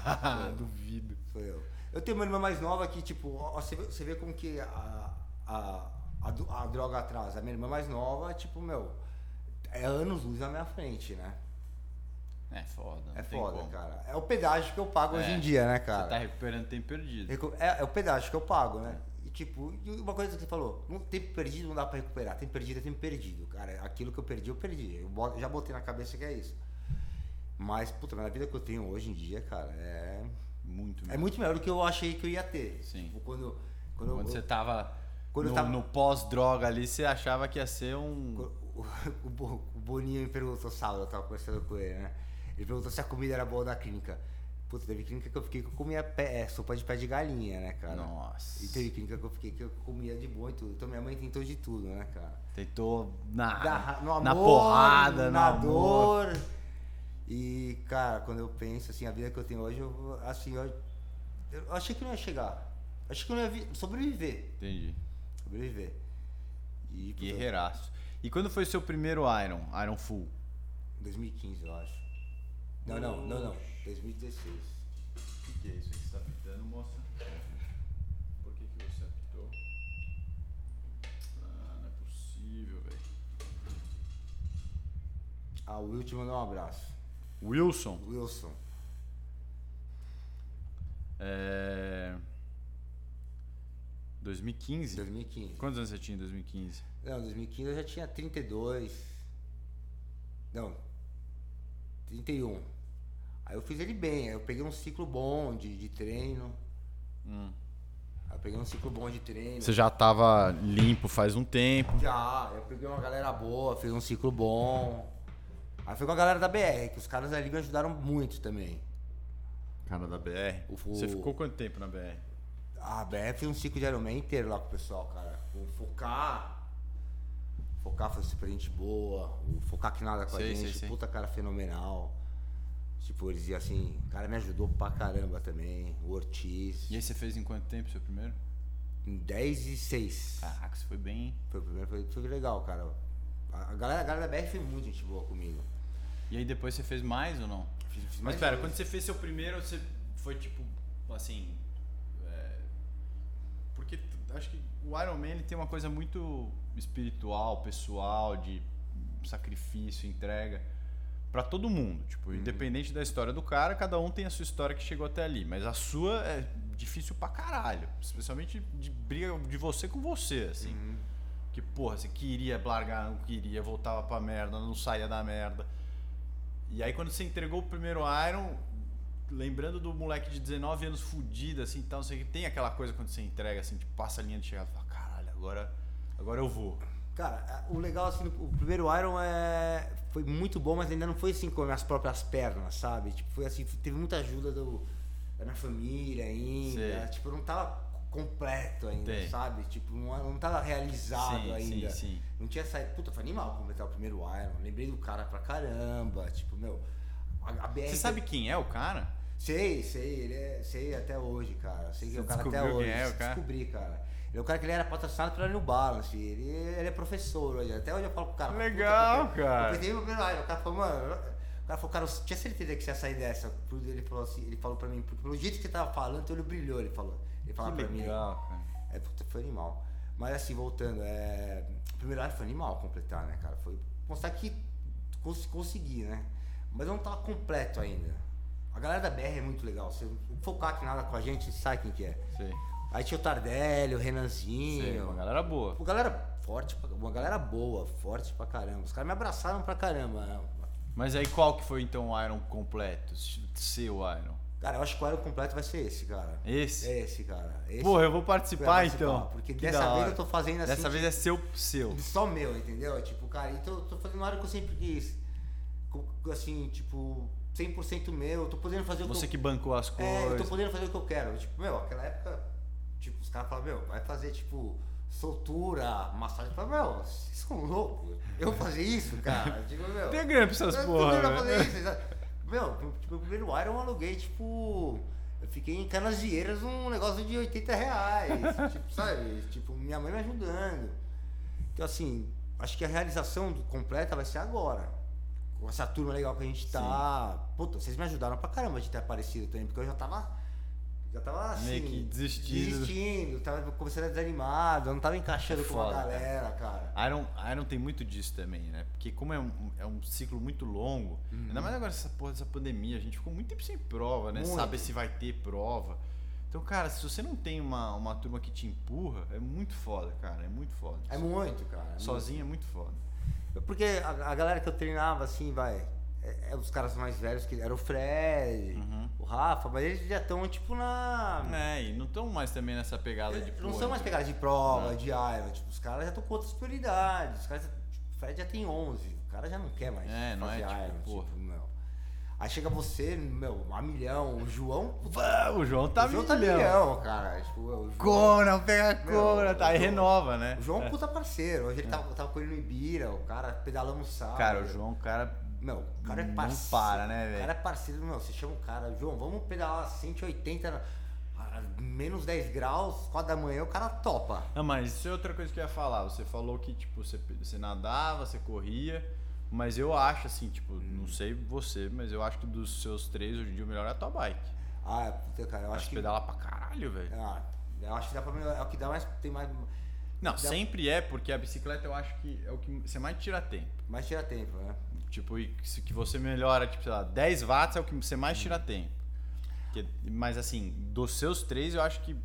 A: Duvido.
B: Sou eu. Eu tenho uma irmã mais nova que, tipo, ó, ó, você, vê, você vê como que a, a, a, do- a droga atrasa. A minha irmã mais nova, tipo, meu, é anos luz na minha frente, né?
A: É foda. não
B: É
A: tem
B: foda,
A: como.
B: cara. É o pedágio que eu pago
A: É,
B: hoje em dia, né,
A: Você tá É.
B: cara?
A: recuperando tempo perdido.
B: Recu- É, é o pedágio que eu pago, né? E tipo, e uma coisa que você falou, não, tempo perdido não dá pra recuperar. Tempo perdido é tempo perdido, cara. Aquilo que eu perdi, eu perdi. Eu bo- já botei na cabeça que é isso. Mas, puta, mas a vida que eu tenho hoje em dia, cara, é.
A: Muito
B: É
A: mesmo.
B: muito melhor do que eu achei que eu ia ter.
A: Sim.
B: Tipo, quando, quando,
A: Quando
B: eu-
A: você tava
B: Quando eu
A: no,
B: tava-
A: no pós-droga ali, você achava que ia ser um...
B: Quando- O, o Bo- o Boninho me perguntou, sábado, eu tava conversando com ele, né? Ele perguntou se a comida era boa da clínica. Putz, teve clínica que eu fiquei que eu comia pé- é, sopa de pé de galinha, né, cara?
A: Nossa.
B: E teve clínica que eu fiquei que eu comia de boa e tudo. Então minha mãe tentou de tudo, né, cara?
A: Tentou na,
B: Da ra- no
A: Ah, na
B: amor,
A: porrada,
B: na
A: no amor.
B: dor. E, cara, quando eu penso assim, a vida que eu tenho hoje, eu, assim, eu, eu achei que eu não ia chegar. Achei que eu não ia vi- sobreviver.
A: Entendi.
B: Sobreviver. E, puta,
A: Guerreiraço. E quando foi seu primeiro Iron? Iron Full?
B: 2015, eu acho. Não, não, não, não. 2016.
A: O que, que é isso aí que você tá pitando, moça? Por que, que você apitou? Ah, não é possível, velho.
B: Ah, o Will te mandou um abraço.
A: Wilson.
B: Wilson.
A: É... 2015?
B: 2015.
A: Quantos anos você tinha em 2015?
B: Não, 2015 eu já tinha 32. Não. 31. Aí eu fiz ele bem, aí eu peguei um ciclo bom de, de treino. Hum. Aí eu peguei um ciclo bom de treino.
A: Você já tava limpo faz um tempo.
B: Já, eu peguei uma galera boa, fiz um ciclo bom. Aí foi com a galera da BR, que os caras ali me ajudaram muito também.
A: Cara da BR.
B: O-
A: Você ficou quanto tempo na BR?
B: Ah, BF fez um ciclo de Ironman inteiro lá com o pessoal, cara. O Focar. Focar foi super gente boa. O Focar que nada com
A: Sei,
B: a gente.
A: sei, sei.
B: Puta cara fenomenal. Tipo, eles iam assim, o cara me ajudou pra caramba também. O Ortiz.
A: E aí você fez em quanto tempo seu primeiro?
B: Em 10 e 6.
A: Caraca, você foi bem.
B: Foi o primeiro, foi, foi legal, cara. A a galera, a galera da BR foi muito gente boa comigo.
A: E aí depois você fez mais ou não?
B: Fiz- fiz
A: Mas
B: mais
A: pera,
B: vezes.
A: quando você fez seu primeiro, você foi tipo, assim. é, Porque t- acho que o Iron Man ele tem uma coisa muito espiritual, pessoal, de sacrifício, entrega. Pra todo mundo, tipo,
B: Uhum.
A: independente da história do cara, cada um tem a sua história que chegou até ali, mas a sua é difícil pra caralho, especialmente de briga de você com você, assim.
B: Uhum.
A: Que porra, você queria largar, não queria, voltava pra merda, não saía da merda. E aí quando você entregou o primeiro Iron, lembrando do moleque de 19 anos fudido, assim, tal, não sei o que, tem aquela coisa quando você entrega, assim, tipo, passa a linha de chegada e fala, caralho, agora, agora eu vou.
B: Cara, o legal assim, o primeiro Iron é... foi muito bom, mas ainda não foi assim com as próprias pernas, sabe? Tipo, foi assim, teve muita ajuda do... da minha família ainda.
A: Sei.
B: Tipo, eu não tava completo ainda,
A: Tem.
B: sabe? Tipo, não, não tava realizado
A: Sim, sim,
B: ainda.
A: sim.
B: Não tinha saído. Puta, foi animal completar o primeiro Iron. Lembrei do cara pra caramba. Tipo, meu. A, a BR.
A: Você sabe quem é o cara?
B: Sei, sei, ele é, sei até hoje, cara. Sei que
A: Você
B: é o cara até
A: descobriu
B: hoje.
A: quem é o cara?
B: Descobri, cara. Ele é o cara que ele era patrocinado pela New Balance. Ele, ele é professor hoje. Até hoje eu falo pro cara.
C: Legal,
B: puta, eu-
C: cara.
B: Eu pensei no primeiro Iron. O cara falou, mano. O cara falou, cara, eu tinha certeza que você ia sair dessa. Ele falou assim, ele falou pra mim, porque pelo jeito que você tava falando, teu olho brilhou, ele falou. Ele falou pra mim.
A: cara.
B: É, puta, foi animal. Mas assim, voltando, é... o primeiro ano foi animal completar, né, cara? Foi mostrar que cons consegui, né? Mas eu não tava completo ainda. A galera da BR é muito legal. Se focar que nada com a gente, sabe quem que é.
A: Sei.
B: Aí tinha o Tardelli, o
C: Sei,
B: Renanzinho.
C: uma galera boa.
B: Pô, galera forte, pra- uma galera boa, forte pra caramba. Os caras me abraçaram pra caramba. né?
A: Mas aí qual que foi então o Iron completo? Seu Iron?
B: Cara, eu acho que o Iron completo vai ser esse, cara.
A: Esse?
B: É esse, cara. Esse
C: Porra, eu vou
B: vai
C: participar então.
B: Porque
C: Que da
B: dessa
C: hora.
B: vez eu tô fazendo assim.
A: Dessa
B: tipo,
A: vez é seu seu.
B: só meu, entendeu? Tipo, cara, então eu tô fazendo uma área que eu sempre quis. Co- co- Assim, tipo, 100% meu, eu tô podendo fazer o
A: Você
B: que
A: que bancou as
B: eu É, eu tô
A: coisas.
B: podendo fazer o que eu quero. Tipo, meu, aquela época, tipo, os caras falavam, meu, vai fazer, tipo, soltura, massagem. Eu falava, meu, vocês são loucos. Eu fazer isso, cara? Eu digo, meu.
C: Tem grana pra essas
B: eu
C: porra,
B: primeiro
C: né?
B: fazer isso, exato. Meu, meu, tipo, meu primeiro Iron eu aluguei, tipo. Eu fiquei em Canasvieiras um negócio de 80 reais. tipo, sabe? Tipo, minha mãe me ajudando. Então, assim, acho que a realização do- completa vai ser agora. Com essa turma legal que a gente tá. Puta, vocês me ajudaram pra caramba de ter aparecido também, porque eu já tava. Já tava assim.
C: Meio que desistindo.
B: Desistindo, tava começando a desanimado, eu não tava encaixando
A: É
B: com
A: foda,
B: a galera, cara.
A: Iron, Iron tem muito disso também, né? Porque como é um, é um ciclo muito longo,
B: Uhum.
A: ainda mais agora essa porra dessa pandemia, a gente ficou muito tempo sem prova, né?
B: Muito.
A: Saber se vai ter prova. Então, cara, se você não tem uma, uma turma que te empurra, é muito foda, cara. É muito foda.
B: É muito, cara. é muito.
A: Sozinho é muito foda.
B: Porque a, a galera que eu treinava, assim, vai. É, é os caras mais velhos que era o Fred, o Rafa, mas eles já estão, tipo, na.
A: É, e não estão mais também nessa pegada de
B: não
A: pô,
B: são mais
A: né?
B: pegadas de prova, de Iron. Tipo, os caras já estão com outras prioridades. Os caras já, tipo, o Fred já tem 11. O cara já não quer mais
A: É,
B: fazer
A: não é, tipo,
B: Iron.
A: porra.
B: Tipo, não. Aí chega você, meu, a milhão. O João.
A: Vamos, o João tá
B: o João
A: milhão.
B: tá milhão, cara. Tipo, o João,
A: Cona, pega
B: Meu,
A: cona, tá? Aí
B: o João-
A: renova, né?
B: o João é um puta parceiro. Hoje ele tava, eu tava com ele no Ibira, o cara pedalamos sábado.
A: Cara, o João, é um cara.
B: Meu, o cara é
A: Não
B: parceiro.
A: para, né,
B: O
A: velho?
B: cara é parceiro, meu. Você chama o cara, João, vamos pedalar 180, na- a- ah, menos 10 graus, 4 da manhã, o cara topa.
A: Não, mas isso é outra coisa que eu ia falar. Você falou que, tipo, você, você nadava, você corria. Mas eu acho, assim, tipo, não sei você, mas eu acho que dos seus três, hoje em dia, o melhor é a tua bike.
B: Ah, puta, cara, eu
A: Eu acho
B: acho
A: que
B: que.
A: pedala pra caralho, velho.
B: Ah, eu acho que dá pra melhorar. É o que dá mais. Tem mais.
A: Não,
B: dá-
A: sempre é, porque a bicicleta eu acho que é o que você mais tira tempo.
B: Mais tira tempo, né?
A: Tipo, e se que você melhora, tipo, sei lá, 10 watts é o que você mais tira tempo. Que- mas, assim, dos seus três, eu acho que,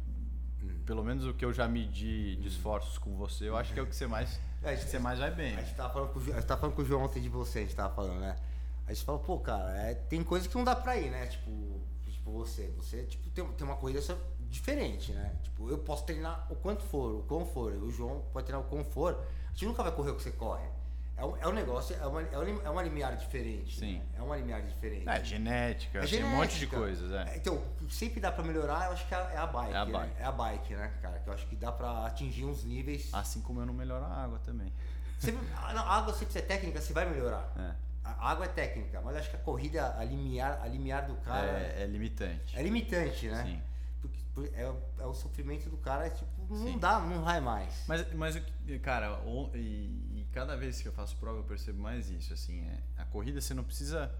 A: pelo menos o que eu já medi de esforços com você, eu acho que é o que você mais,
B: É, a gente-
A: que você mais vai bem.
B: A gente tava falando com o João, a gente tava falando com o João ontem de você, a gente tava falando, né? A gente falou, pô, cara, é, tem coisa que não dá pra ir, né? Tipo, tipo você. Você tipo, tem, tem uma corrida só diferente, né? Tipo, eu posso treinar o quanto for, o quão for. O João pode treinar o quão for. A gente nunca vai correr o que você corre. É um, é um negócio, é uma, é uma, é uma limiar diferente.
A: Sim.
B: né? É uma limiar diferente.
A: É, genética,
B: É
A: tem um monte de
B: genética.
A: coisas, é.
B: Então, o que sempre dá pra melhorar, eu acho que é a, é a bike.
A: É a
B: né?
A: bike.
B: É a bike, né, cara? Que eu acho que dá pra atingir uns níveis.
A: Assim como eu não melhoro a água também.
B: Sempre, a a água, se você é técnica, você vai melhorar.
A: É,
B: A água é técnica, mas acho que a corrida, a limiar, a limiar do cara é,
A: é, é limitante.
B: limitante, né?
A: Sim.
B: Porque por- é, o- é o sofrimento do cara, é tipo, não
A: Sim.
B: dá, não vai mais.
A: Mas, mas o que- cara, o- e, e cada vez que eu faço prova eu percebo mais isso, assim, é, a corrida você não precisa,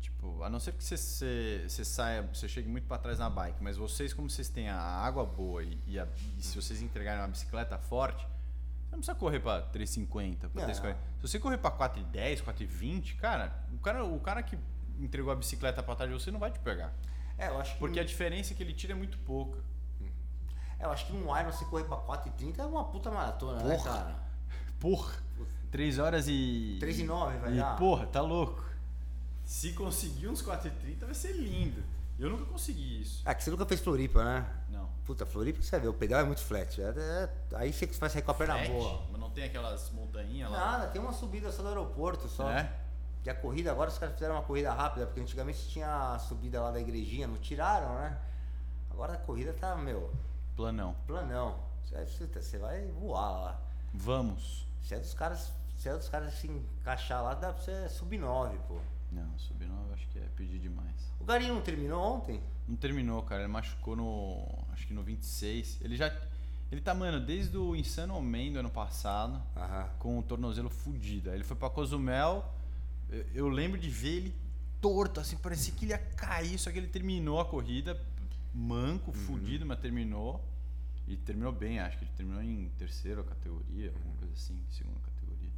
A: tipo, a não ser que você, você, você saia, você chegue muito pra trás na bike, mas vocês, como vocês têm a água boa e, e a- e se vocês entregarem uma bicicleta forte, você não precisa correr pra 3,50, pra
B: Não.
A: 3,40. Se você correr pra 4,10, 4,20, cara, o cara, o cara que entregou a bicicleta pra trás de você não vai te pegar.
B: É, eu acho que,
A: Porque a diferença que ele tira é muito pouca.
B: é, eu acho que um Iron, você correr pra 4h30 é uma puta maratona, né,
A: Porra.
B: cara?
A: Porra! 3 horas e.
B: 3 e 9 vai
A: E
B: dar.
A: porra, tá louco. Se conseguir uns 4,30 vai ser lindo. Eu nunca consegui isso.
B: É que você nunca fez Floripa, né?
A: Não.
B: Puta, Floripa, você vê, o pedal é muito flat. é- é- aí você vai sair com a perna
A: Flat?
B: boa.
A: Mas não tem aquelas montanhinhas lá?
B: Nada, tem uma subida só do aeroporto, só.
A: É?
B: E a corrida, agora os caras fizeram uma corrida rápida, porque antigamente tinha a subida lá da igrejinha, não tiraram, né? Agora a corrida tá, meu,
A: Planão.
B: Planão. Você- Você você vai voar lá.
A: Vamos.
B: Se é dos caras, se é dos caras se encaixar lá, dá pra você subir 9, pô.
A: Não, subir não, eu acho que é pedir demais.
B: O Garinho não terminou ontem?
A: Não terminou, cara. Ele machucou no. Acho que no 26. Ele já. Ele tá, mano, desde o Insano Homem do ano passado,
B: Aham.
A: com o tornozelo fudido. Aí ele foi pra Cozumel. eu- Eu lembro de ver ele torto, assim, parecia que ele ia cair, só que ele terminou a corrida,
B: Uhum.
A: manco, fudido, mas terminou. E terminou bem, acho que ele terminou em terceira categoria, alguma coisa assim, segunda categoria.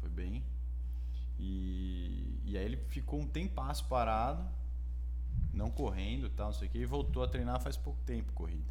A: Foi bem. E, e aí ele ficou um tempasso parado, não correndo e tal, não sei o que, e voltou a treinar faz pouco tempo corrida.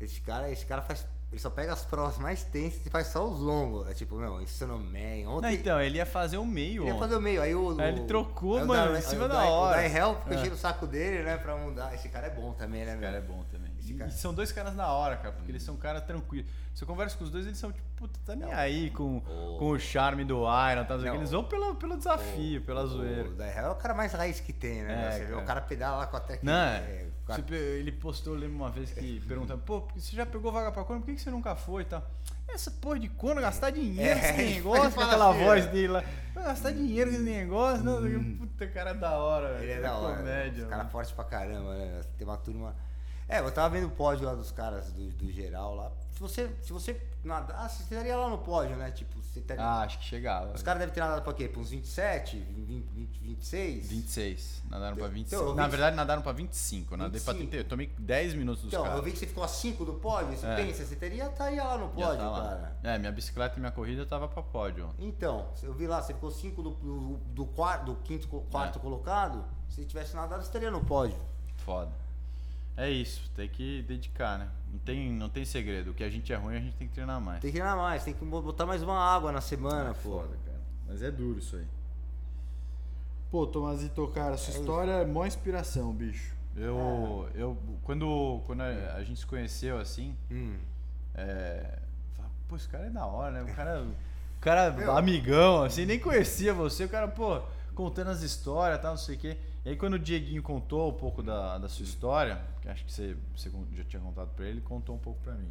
B: Esse cara, esse cara faz. Ele só pega as provas mais tensas e faz só os longos. É tipo, meu, Insano Man.
A: Não,
B: Ontem.
A: então, ele ia fazer o meio
B: ele ia
A: ontem.
B: fazer o meio. Aí o.
A: Aí ele trocou,
B: aí o
A: mano,
B: Guy-
A: em cima
B: aí o
A: da
B: Guy-
A: hora.
B: O Guy Help fica
A: É.
B: enchendo o saco dele, né? Pra mudar. Esse cara é bom também, né,
A: Esse cara é
B: velho?
A: bom também.
B: Esse
A: E-
B: cara- Uhum.
A: E são dois caras da hora, cara, porque eles são caras tranquilos. Se eu converso com os dois, eles são tipo, puta, tá nem aí com,
B: Oh.
A: com o charme do Iron, tá? não sei o
B: Não.
A: que. Eles vão pelo, pelo desafio, pela zoeira.
B: O Guy Help é o cara mais raiz que tem, né?
A: É,
B: Você vê
A: cara.
B: o cara pedala lá com a técnica.
A: Não,
B: é,
A: é.
B: o cara-
A: Tipo, ele postou, eu lembro uma vez que perguntava, pô, porque você já pegou vaga pra corno, por que que você nunca foi e tal? Essa porra de corno,
B: É.
A: gastar dinheiro nesse
B: ele
A: negócio, com
B: fala
A: aquela
B: assim,
A: voz
B: é.
A: dele lá. "Vai Gastar dinheiro nesse negócio, não, sei o quê. puta, cara é da hora, velho.
B: Uhum. Ele é da hora.
A: Comédia.
B: Os caras
A: mano.
B: fortes pra caramba, né? Tem uma turma. É, eu tava vendo o pódio lá dos caras do, do geral lá. Se você, se você nadasse, você estaria lá no pódio, né? Tipo, você estaria.
A: Ah, acho que chegava.
B: Os caras devem ter nadado pra quê? Pra uns 27, 20, 20, 26?
A: 26. Nadaram pra
B: Então,
A: 25.
B: eu vi
A: Na
B: que-
A: verdade, nadaram pra 25. Eu nadei né? pra
B: 25.
A: 30. Eu tomei 10 minutos dos
B: Então, eu
A: caras.
B: vi que você ficou a 5 do pódio. Você
A: É.
B: pensa, você teria, estaria lá no
A: Já
B: pódio,
A: tá lá.
B: cara.
A: É, minha bicicleta e minha corrida eu tava pra pódio. ontem.
B: Então, eu vi lá, você ficou 5 do, do, do quarto, do quinto, co- quarto
A: É.
B: colocado. Se você tivesse nadado, você estaria no pódio.
A: Foda. É isso, tem que dedicar, né? Não tem, não tem segredo. O que a gente é ruim, a gente tem que treinar mais.
B: Tem que treinar mais, tem que botar mais uma água na semana,
A: É
B: pô.
A: cara. Mas é duro isso aí.
C: Pô, Tomazito, cara, sua história é mó inspiração, bicho.
A: Eu.
B: É.
A: eu quando quando a, a gente se conheceu assim,
B: Hum.
A: é. fala, Pô, esse cara é da hora, né? O cara. O cara,
B: Meu.
A: amigão, assim, nem conhecia você. O cara, pô, contando as histórias, tal, não sei o quê. E aí, quando o Dieguinho contou um pouco da, da sua história, que acho que você, você já tinha contado pra ele, ele contou um pouco pra mim.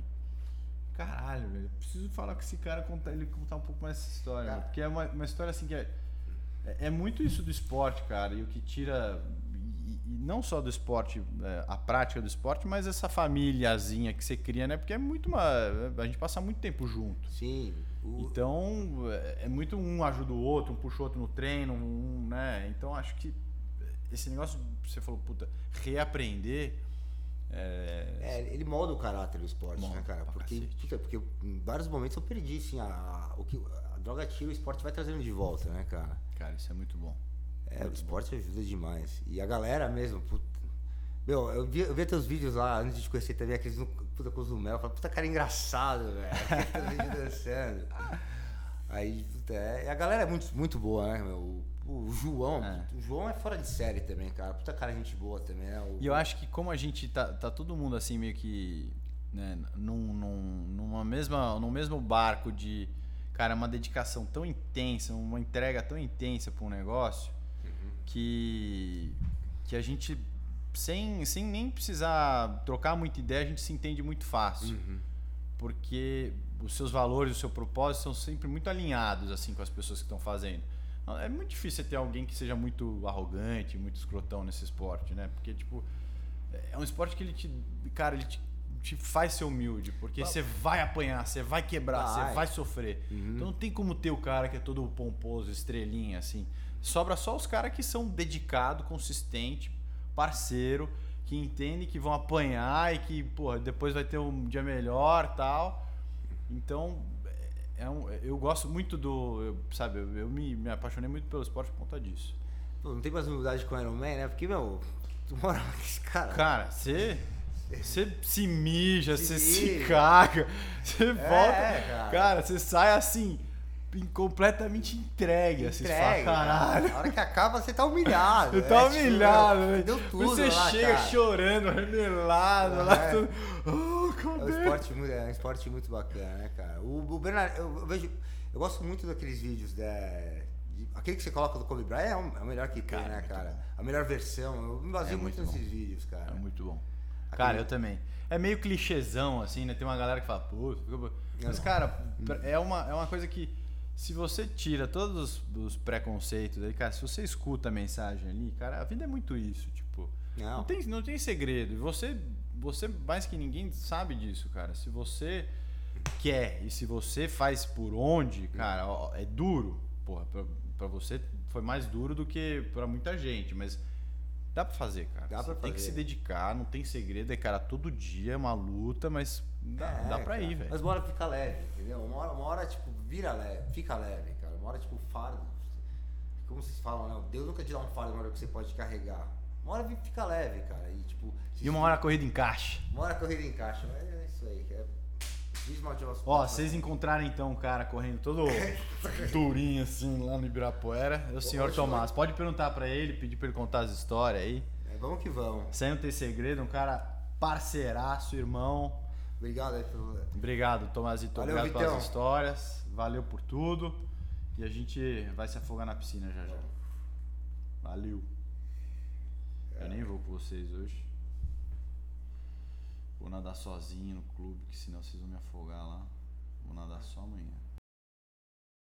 A: Caralho, velho, eu preciso falar com esse cara, contar, ele contar um pouco mais essa história.
B: Cara.
A: velho, Porque é uma, uma história assim que é, é, é muito isso do esporte, cara, e o que tira. E, e não só do esporte, é, a prática do esporte, mas essa famíliazinha que você cria, né? Porque é muito uma. A gente passa muito tempo junto.
B: Sim. O,
A: Então, é é muito um ajuda o outro, um puxa o outro no treino, um, né? Então, acho que esse negócio, você falou, puta, reaprender. É,
B: É, ele molda o caráter do esporte,
A: Molda
B: né, cara?
A: pra
B: Porque,
A: cacete.
B: puta, porque em vários momentos eu perdi, assim, a, a- o que, a droga tira, o esporte vai trazendo de volta, né, cara?
A: cara, isso é muito bom.
B: É, o esporte ajuda demais. E a galera mesmo, puta. Meu, eu vi, eu vi teus vídeos lá, antes de te conhecer também, aqueles no puta Cozumel, eu falei, puta cara engraçado, velho. Teus vídeos dançando. Aí, puta, é, e a galera é muito, muito boa, né, meu? O, o João,
A: É.
B: o João é fora de série também, cara. Puta cara, gente boa também, né? O-
A: E eu acho que como a gente tá, tá todo mundo assim meio que né, num, num- numa mesma, num mesmo barco de cara, uma dedicação tão intensa, uma entrega tão intensa para um negócio que que a gente sem, sem nem precisar trocar muita ideia, a gente se entende muito fácil. Porque os seus valores, o seu propósito são sempre muito alinhados assim com as pessoas que estão fazendo. É muito difícil você ter alguém que seja muito arrogante, muito escrotão nesse esporte, né? Porque, tipo, é um esporte que ele te. Cara, ele te, te faz ser humilde, porque você vai apanhar, você vai quebrar,
B: Vai.
A: você vai sofrer.
B: Uhum.
A: Então não tem como ter o cara que é todo pomposo, estrelinha, assim. Sobra só os caras que são dedicado, consistente, parceiro, que entende que vão apanhar e que, porra, depois vai ter um dia melhor tal. Então, é um- eu gosto muito do. eu- sabe, eu, eu me, me apaixonei muito pelo esporte por conta disso.
B: Pô, não tem mais humildade com o Iron Man, né? Porque, meu, tu mora com esse cara.
A: Cara, você. Você se mija,
B: Se
A: você se,
B: mija.
A: caga, você volta.
B: cara.
A: Cara, você sai assim, em- completamente entregue. assim, você fala,
B: Entrega,
A: caralho.
B: A hora que acaba, você tá humilhado.
A: Eu
B: né?
A: tava
B: Tipo, meu,
A: humilhado, velho.
B: Deu tudo,
A: Você
B: lá,
A: chega
B: cara.
A: chorando, remelado,
B: É.
A: lá tudo. Oh,
B: É
A: cadê?
B: um, esporte, mu- é um esporte muito bacana, né, cara? O, o Bernard, eu, eu vejo. Eu gosto muito daqueles vídeos da. de- aquele que você coloca do Kobe Bryant é, o- é o melhor que tem,
A: Cara,
B: né,
A: muito
B: cara? A melhor versão. Eu me baseio
A: É
B: muito,
A: muito
B: nesses vídeos, cara.
A: É muito bom. Cara, eu também. É meio clichêzão, assim, né? Tem uma galera que fala, pô, fica... bo-". mas, cara,
B: Hum.
A: pra- é uma, é uma coisa que se você tira todos os, os preconceitos aí, cara, se você escuta a mensagem ali, cara, a vida é muito isso, tipo. Não,
B: Não.
A: tem, não tem segredo. E você, você, mais que ninguém, sabe disso, cara. Se você quer e se você faz por onde, cara, ó, é duro. Porra, pra, pra você foi mais duro do que pra muita gente, mas dá pra fazer, cara.
B: Dá
A: Você
B: pra
A: Tem que
B: fazer.
A: se dedicar, não tem segredo. É, cara, todo dia é uma luta, mas dá,
B: É,
A: dá pra
B: cara.
A: ir, velho.
B: Mas bora ficar leve, entendeu? Uma hora, uma hora, tipo, vira leve, fica leve, cara. Uma hora, tipo, fardo. Como vocês falam, né? Deus nunca te dá um fardo uma hora que você pode carregar. Uma hora vi- fica leve, cara. E, tipo, se-
A: E uma hora a corrida encaixa.
B: uma hora a corrida encaixa. Mas é isso aí. É... Diz mal de umas
A: Ó,
B: palavras.
A: vocês encontrarem então um cara correndo todo durinho assim lá no Ibirapuera, é o senhor
B: Ótimo.
A: Tomás. Pode perguntar pra ele, pedir pra ele contar as histórias aí.
B: É, vamos que vamos.
A: Sem não ter segredo, um cara parceiraço, irmão.
B: Obrigado aí pelo.
A: Obrigado, Tomazito.
B: Valeu,
A: Obrigado
B: Vitão.
A: pelas histórias. Valeu por tudo. E a gente vai se afogar na piscina já já. Valeu.
B: É.
A: Eu nem vou com vocês hoje. Vou nadar sozinho no clube, que senão vocês vão me afogar lá. Vou nadar só amanhã.